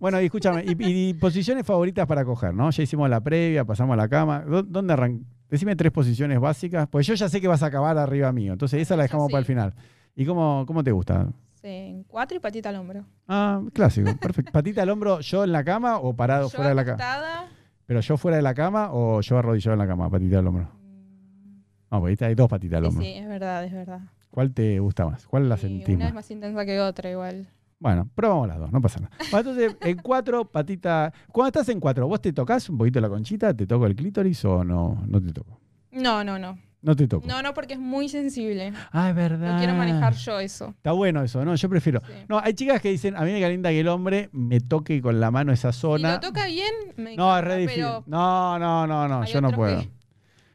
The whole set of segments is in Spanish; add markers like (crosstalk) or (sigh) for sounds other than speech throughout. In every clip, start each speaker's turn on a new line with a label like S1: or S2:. S1: Bueno, y escúchame, y, y posiciones favoritas para coger, ¿no? Ya hicimos la previa, pasamos a la cama. ¿Dó- ¿Dónde arrancamos? Decime tres posiciones básicas, pues yo ya sé que vas a acabar arriba mío, entonces esa la dejamos
S2: sí.
S1: para el final. ¿Y cómo, cómo te gusta?
S2: Sí, en cuatro y patita al hombro.
S1: Ah, clásico, perfecto. ¿Patita al hombro yo en la cama o parado
S2: Yo
S1: fuera de la cama?
S2: acostada,
S1: ¿Pero yo fuera de la cama o yo arrodillado en la cama, patita al hombro?
S2: mm,
S1: No, porque ahí hay dos patitas al
S2: sí,
S1: hombro.
S2: sí, es verdad, es verdad.
S1: ¿Cuál te gusta más? ¿Cuál la
S2: Y
S1: sentís
S2: una
S1: más?
S2: es más intensa que otra igual.
S1: Bueno, probamos las dos, no pasa nada. Bueno, entonces, en cuatro, patita. Cuando estás en cuatro, ¿vos te tocas un poquito la conchita? ¿Te toco el clítoris o no? No te toco.
S2: No, no, no.
S1: No te toco.
S2: No, no, porque es muy sensible.
S1: Ah, es verdad.
S2: Lo quiero manejar yo eso.
S1: Está bueno eso, ¿no? Yo prefiero.
S2: Sí.
S1: No, hay chicas que dicen, a mí me calienta que el hombre me toque con la mano esa
S2: Si
S1: zona.
S2: lo toca bien, me
S1: no,
S2: encanta,
S1: es re difícil.
S2: pero
S1: No, no, no, no,
S2: hay
S1: yo no
S2: otros
S1: puedo.
S2: que-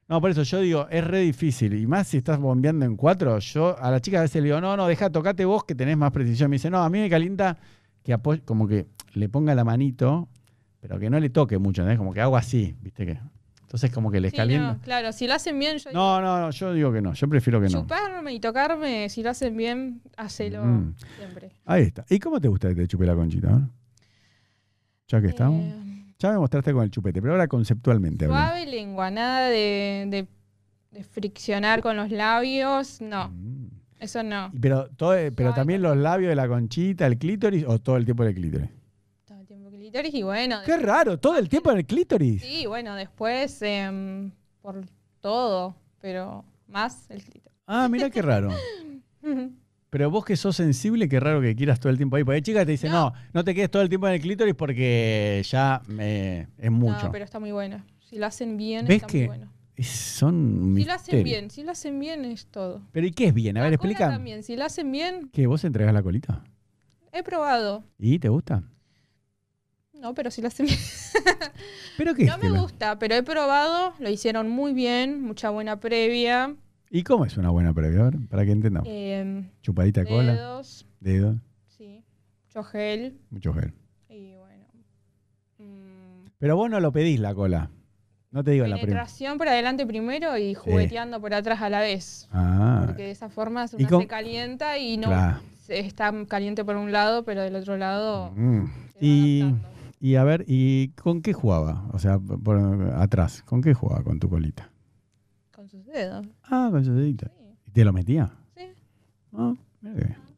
S1: No, por eso yo digo, es re difícil. Y más si estás bombeando en cuatro, yo a la chica a veces le digo, no, no, deja, tocate vos que tenés más precisión. Me dice, no, a mí me calienta que apo- como que le ponga la manito, pero que no le toque mucho, ¿entendés? Como que hago así, ¿viste? que Entonces como que les
S2: sí,
S1: calienta.
S2: no, claro, si lo hacen bien, yo
S1: No, no, no, yo digo que no, yo prefiero que
S2: digo,
S1: no.
S2: chuparme y tocarme, si lo hacen bien, hacelo
S1: Mm.
S2: siempre.
S1: Ahí está. ¿Y cómo te gusta que te chupe la conchita? eh? Ya que estamos.
S2: Eh,
S1: Ya me mostraste con el chupete, pero ahora conceptualmente. hablemos.
S2: suave lengua, nada de, de- de friccionar con los labios, no,
S1: Mm.
S2: eso no.
S1: Y Pero, todo, eh, pero
S2: Suave
S1: también los labios de la conchita, el clítoris o todo el tiempo en el clítoris.
S2: Todo el tiempo clítoris y bueno,
S1: Qué raro, todo el tiempo en el clítoris.
S2: sí, bueno, después em, por todo, pero más el clítoris.
S1: Ah, mira qué
S2: (laughs)
S1: raro. Pero vos que sos sensible, qué raro que quieras todo el tiempo ahí. Porque hay chicas que te dicen, no, no, te quedes todo el tiempo en el clítoris porque ya me- es mucho.
S2: No, pero está muy bueno. Si lo hacen bien,
S1: ¿Ves
S2: está
S1: que-
S2: muy bueno.
S1: Es- Son un
S2: Si lo hacen
S1: misterio.
S2: bien, si lo hacen bien es todo.
S1: Pero ¿y qué es bien? A ver,
S2: La cola
S1: explica.
S2: También, si lo hacen bien,
S1: ¿Que vos entregas la colita?
S2: he probado.
S1: ¿Y te gusta?
S2: No, pero si lo hacen bien.
S1: ¿Pero qué
S2: No
S1: es? que
S2: me
S1: la-
S2: gusta, pero he probado, lo hicieron muy bien, mucha buena previa.
S1: ¿Y cómo es una buena previa? A ver, para que entendamos.
S2: em,
S1: Chupadita de cola,
S2: dedos,
S1: dedo,
S2: sí, mucho gel
S1: mucho gel.
S2: y bueno. mm,
S1: Pero vos no lo pedís la cola. No te digo la prima.
S2: penetración por adelante primero y jugueteando por atrás a la vez.
S1: Ah,
S2: Porque de esa forma
S1: Y
S2: uno
S1: con-
S2: se calienta y no
S1: claro.
S2: se- está caliente por un lado, pero del otro lado.
S1: Mm.
S2: se va
S1: Y,
S2: adaptando.
S1: y a ver, ¿y con qué jugaba? O sea, por atrás, ¿con qué jugaba con tu colita?
S2: Con sus dedos.
S1: Ah, con su dedito.
S2: Sí,
S1: ¿Y te lo metía?
S2: sí.
S1: Ah, mira qué bien.